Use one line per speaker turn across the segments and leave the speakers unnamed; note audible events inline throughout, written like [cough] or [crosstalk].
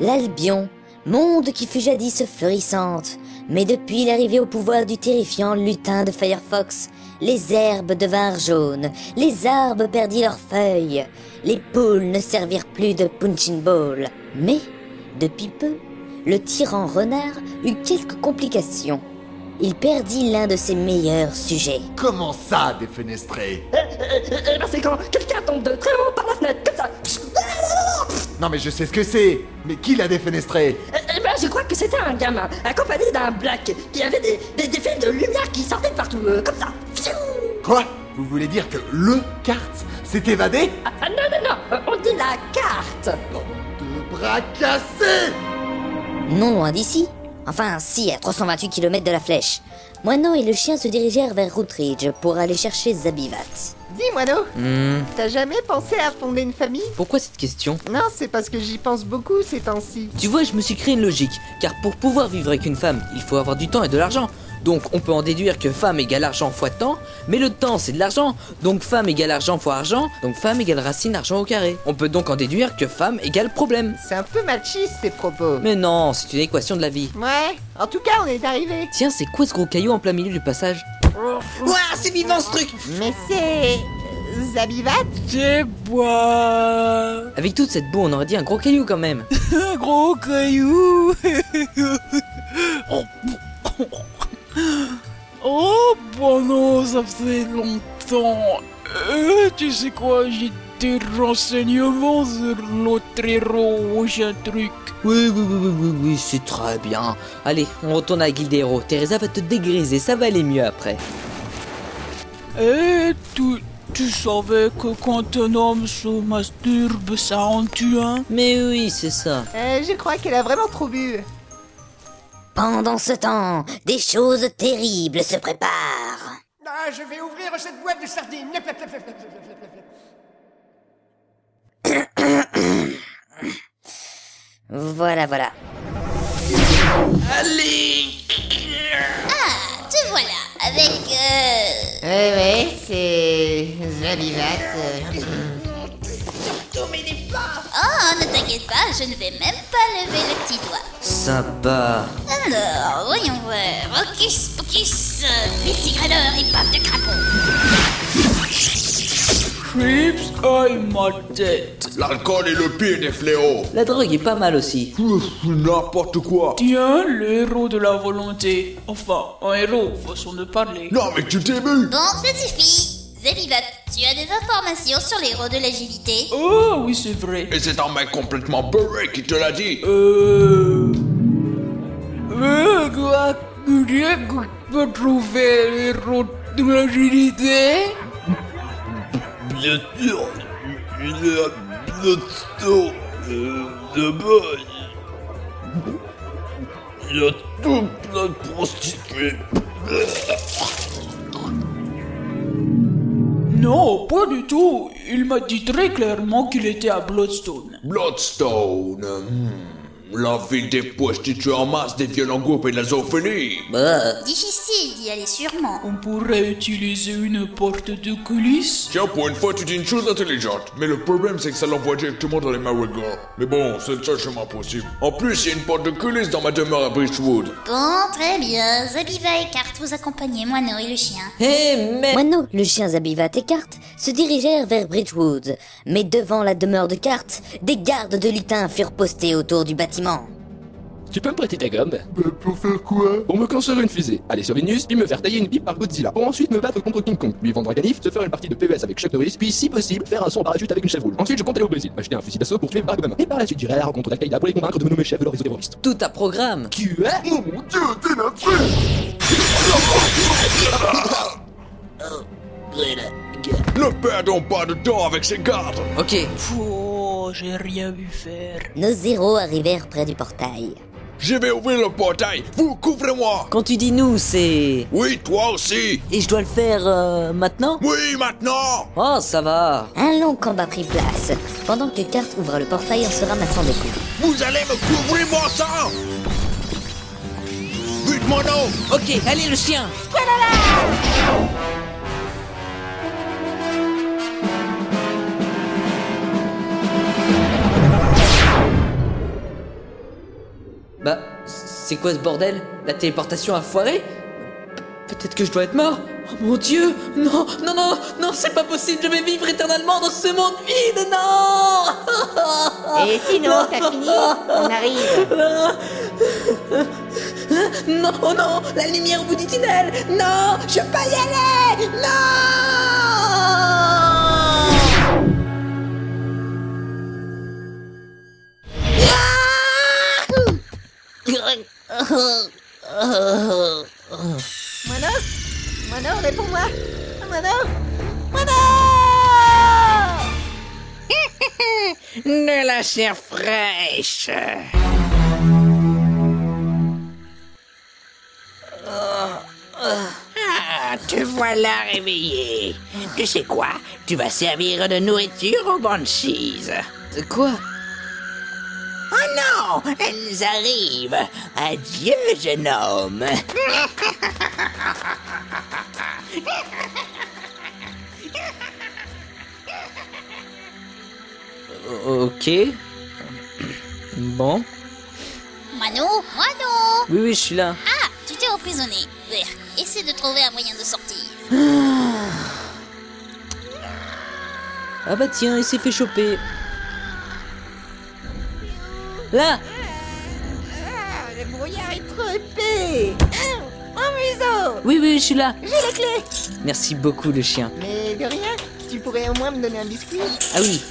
L'Albion, monde qui fut jadis florissante, mais depuis l'arrivée au pouvoir du terrifiant lutin de Firefox, les herbes devinrent jaunes, les arbres perdirent leurs feuilles, les poules ne servirent plus de punching ball. Mais, depuis peu, le tyran renard eut quelques complications. Il perdit l'un de ses meilleurs sujets.
Comment ça, défenestré
Eh ben c'est quand quelqu'un tombe de très haut par la fenêtre, comme ça.
Non mais je sais ce que c'est Mais qui l'a défenestré
Eh ben je crois que c'était un gamin, accompagné d'un black, qui avait des, des, des fils de lumière qui sortaient de partout, euh, comme ça. Fiou
Quoi Vous voulez dire que le kart s'est évadé
Ah, ah, non, non, non, euh, on dit la carte.
Bande de bras cassés
Non loin d'ici, enfin si, à 328 km de la flèche, Moineau et le chien se dirigèrent vers Routridge pour aller chercher Zabivat.
Dis, Moineau,
Hmm,
t'as jamais pensé à fonder une famille
pourquoi cette question
Non, c'est parce que j'y pense beaucoup ces temps-ci.
Tu vois, je me suis créé une logique, car pour pouvoir vivre avec une femme, il faut avoir du temps et de l'argent. Donc on peut en déduire que femme égale argent fois temps, mais le temps c'est de l'argent, donc femme égale argent fois argent, donc femme égale racine argent au carré. On peut donc en déduire que femme égale problème.
C'est un peu machiste ces propos.
Mais non, c'est une équation de la vie.
Ouais, en tout cas, on est arrivé.
Tiens, c'est quoi ce gros caillou en plein milieu du passage Ouah, c'est vivant ce truc
Mais c'est. euh, Zabivat
J'ai bois
Avec toute cette boue, on aurait dit un gros caillou quand même.
un gros caillou. oh, bon non, ça fait longtemps. Euh, tu sais quoi, j'ai des renseignements sur l'autre héros, j'ai un truc.
Oui, oui, oui, oui, oui, oui, c'est très bien. Allez, on retourne à la guilde des héros. Teresa va te dégriser, ça va aller mieux après.
Eh, tu, tu savais que quand un homme se masturbe, ça en tue un
Mais oui, c'est ça.
Euh, Je crois qu'elle a vraiment trop bu.
Pendant ce temps, des choses terribles se préparent.
Ah, je vais ouvrir cette boîte de sardines. Plap, plap, plap, plap, plap, plap, plap, plap.
[coughs] Voilà, voilà.
Te voilà, avec... Euh...
Ouais, ouais, c'est. Zabivat.
Oh, ne t'inquiète pas, je ne vais même pas lever le petit doigt.
Sympa.
Alors, voyons voir. Hocus pocus, euh, petit gradeur et pape de crapaud.
Crips, aïe ma tête.
L'alcool est le pire des fléaux.
La drogue est pas mal aussi.
Pff, N'importe quoi.
Tiens, le héros de la volonté. Enfin, un héros, façon de parler.
Non mais tu t'es bu.
Bon, ça suffit. Zabivat, tu as des informations sur les héros de l'agilité
Oh, oui, c'est vrai.
Et c'est un mec complètement beurré qui te l'a dit.
Euh. Euh, quoi Curieux qu'on peut trouver le héros de l'agilité
Bien sûr, il est plutôt de boy. Il a tout plein de prostituées.
Non, pas du tout. Il m'a dit très clairement qu'il était à Bloodstone.
Bloodstone. hmm, La ville des prostituées en masse, des violents groupes et de la zoophilie.
Bah.
Difficile d'y aller sûrement.
On pourrait utiliser une porte de coulisse
Tiens, pour une fois, tu dis une chose intelligente. Mais le problème, c'est que ça l'envoie directement dans les marigots. Mais bon, c'est le seul chemin possible. En plus, il y a une porte de coulisse dans ma demeure à Bridgewood.
Bon, très bien. Zabiva et Carte, vous accompagnez Moineau et le chien.
Eh mais.
Moineau, le chien Zabivat et Carte se dirigèrent vers Bridgewood, mais devant la demeure de Carte, des gardes de lutins furent postés autour du bâtiment.
Tu peux me prêter ta gomme
Pour faire quoi
Pour me construire une fusée, aller sur Vénus, puis me faire tailler une pipe par Godzilla, pour ensuite me battre contre King Kong, lui vendre un canif, se faire une partie de PES avec Chuck Norris, puis si possible, faire un son en parachute avec une chèvre roule. Ensuite, je compte aller au Brésil, m'acheter un fusil d'assaut pour tuer Barack Obama. Et par la suite, j'irai à la rencontre d'Al-Qaïda pour les convaincre de me nommer chef de leur réseau terroriste.
Tout à programme.
Tu es
Oh mon dieu, t'es la fée
Ne perdons pas de temps avec ces gardes.
Ok.
Oh, j'ai rien vu faire.
Nos héros arrivèrent près du portail.
Je vais ouvrir le portail. Vous, couvrez-moi.
Quand tu dis nous, c'est.
Oui, toi aussi.
Et je dois le faire euh, maintenant
Oui, maintenant.
Oh, ça va.
Un long combat prit place, pendant que Carte ouvra le portail en se ramassant des coups.
Vous allez me couvrir mon sang. Vite, mon nom.
Ok, allez le chien. Bah, c'est quoi ce bordel La téléportation a foiré Pe- Peut-être que je dois être mort Oh mon dieu Non, non, non, non, c'est pas possible, je vais vivre éternellement dans ce monde vide, non
Et sinon, [laughs] t'as fini On arrive
Non, oh non, la lumière au bout du tunnel Non, je peux pas y aller Non
Moineau Moineau, réponds-moi Moineau Moineau
Ne la chair fraîche. Ah, te voilà réveillé. Tu sais quoi Tu vas servir de nourriture aux Banshees.
De quoi
Oh non Elles arrivent. Adieu, jeune homme.
Ok. Bon.
Mano, Mano
Oui, oui, je suis là.
Ah, tu t'es emprisonné. Euh, Essaie de trouver un moyen de sortir.
Ah bah tiens, il s'est fait choper. Là
Ah, le brouillard est trop épais Ah, Mon museau
Oui, oui, je suis là.
J'ai la clé
Merci beaucoup, le chien.
Mais de rien Tu pourrais au moins me donner un biscuit
Ah oui.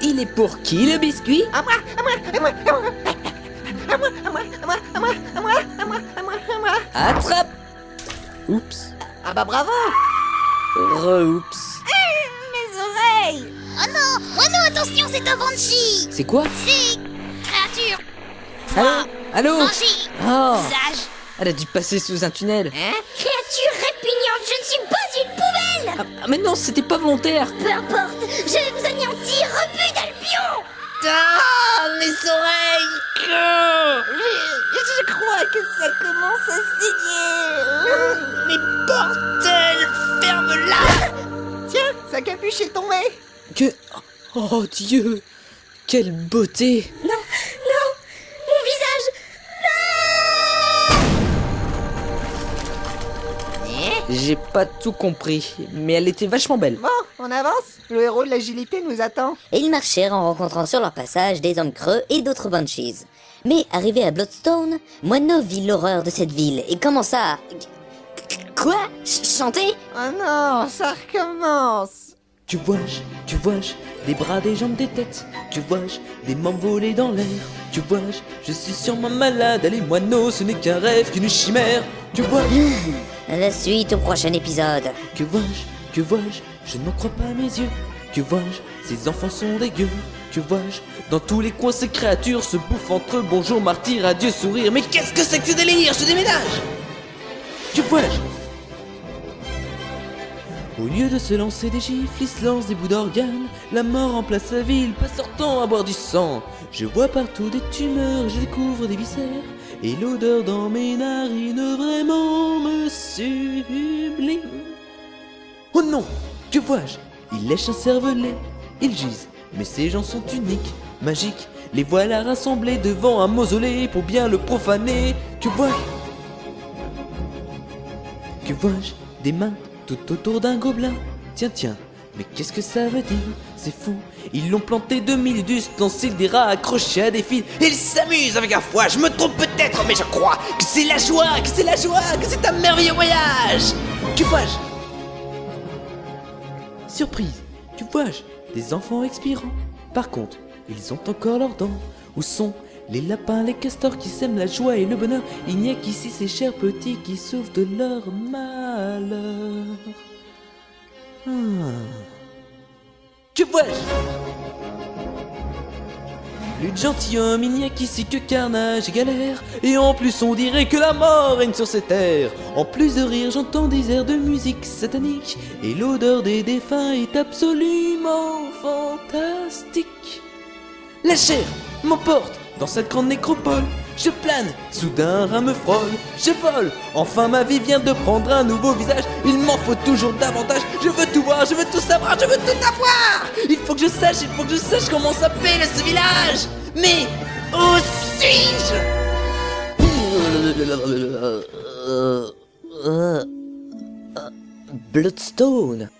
Il est pour qui le biscuit
À moi À moi À moi À moi À moi À moi À moi À moi À moi À moi À moi À moi
Attrape Oups.
Ah bah bravo
Re-oups.
Mes oreilles
Oh non Mano, attention, c'est un banshee
C'est quoi
C'est... créature
Ah.
Allô Allô
Banshee
Oh
Visage
Elle a dû passer sous un tunnel.
Créature répugnante, je ne suis pas une poubelle
Ah, ah, mais non, c'était pas volontaire.
Peu importe, je vais vous anéantir, rebut d'Albion
Ah, mes oreilles que-
Je crois que ça commence à saigner
Mes portels Ferme-la
Tiens, sa capuche est tombée
Que... Oh Dieu Quelle beauté
Mon visage
J'ai pas tout compris, mais elle était vachement belle.
Bon, on avance Le héros de l'agilité nous attend
et ils marchèrent en rencontrant sur leur passage des hommes creux et d'autres banshees. Mais arrivé à Bloodstone, Moineau vit l'horreur de cette ville et commença à... Quoi Ch- Chanter
Oh non, ça recommence
Tu vois-je, tu vois-je, des bras, des jambes, des têtes. Tu vois-je, des membres volés dans l'air. Tu vois-je, je suis sûrement malade. Allez, moineau, ce n'est qu'un rêve, qu'une chimère. Tu vois-je,
La suite au prochain épisode.
que vois-je, que vois-je, je n'en crois pas à mes yeux. Que vois-je, ces enfants sont dégueux. Que vois-je, dans tous les coins, ces créatures se bouffent entre eux. Bonjour, martyr, adieu, sourire. Mais qu'est-ce que c'est que ce délire Je déménage Que vois-je Au lieu de se lancer des gifles, il se lance des bouts d'organes. La mort remplace la ville, passe leur temps à boire du sang. Je vois partout des tumeurs, je découvre des viscères. Et l'odeur dans mes narines vraiment me sublime. Oh non Que vois-je Il lèche un cervelet. Ils gisent, mais ces gens sont uniques, magiques. Les voilà rassemblés devant un mausolée pour bien le profaner. Que vois-je que vois-je Des mains tout autour d'un gobelin. Tiens, tiens, mais qu'est-ce que ça veut dire C'est fou. Ils l'ont planté de mille d'ustensiles, des rats accrochés à des fils.
Ils s'amusent avec un foie, je me trompe peut-être, mais je crois que c'est la joie, que c'est la joie, que c'est un merveilleux voyage
Que vois-je Surprise Que vois-je Des enfants expirants. Par contre, ils ont encore leurs dents. Où sont les lapins, les castors qui sèment la joie et le bonheur Il n'y a qu'ici ces chers petits qui souffrent de leur malheur. Hmm. Que vois-je Plus de gentilhomme, il n'y a qu'ici que carnage et galère. Et en plus, on dirait que la mort règne sur ces terres. En plus de rire, j'entends des airs de musique satanique. Et l'odeur des défunts est absolument fantastique. La chair m'emporte dans cette grande nécropole. Je plane, soudain un rat me frôle, je vole. Enfin ma vie vient de prendre un nouveau visage. Il m'en faut toujours davantage. Je veux tout voir, je veux tout savoir, je veux tout avoir. Il faut que je sache, il faut que je sache comment s'appelle ce village. Mais où suis-je Bloodstone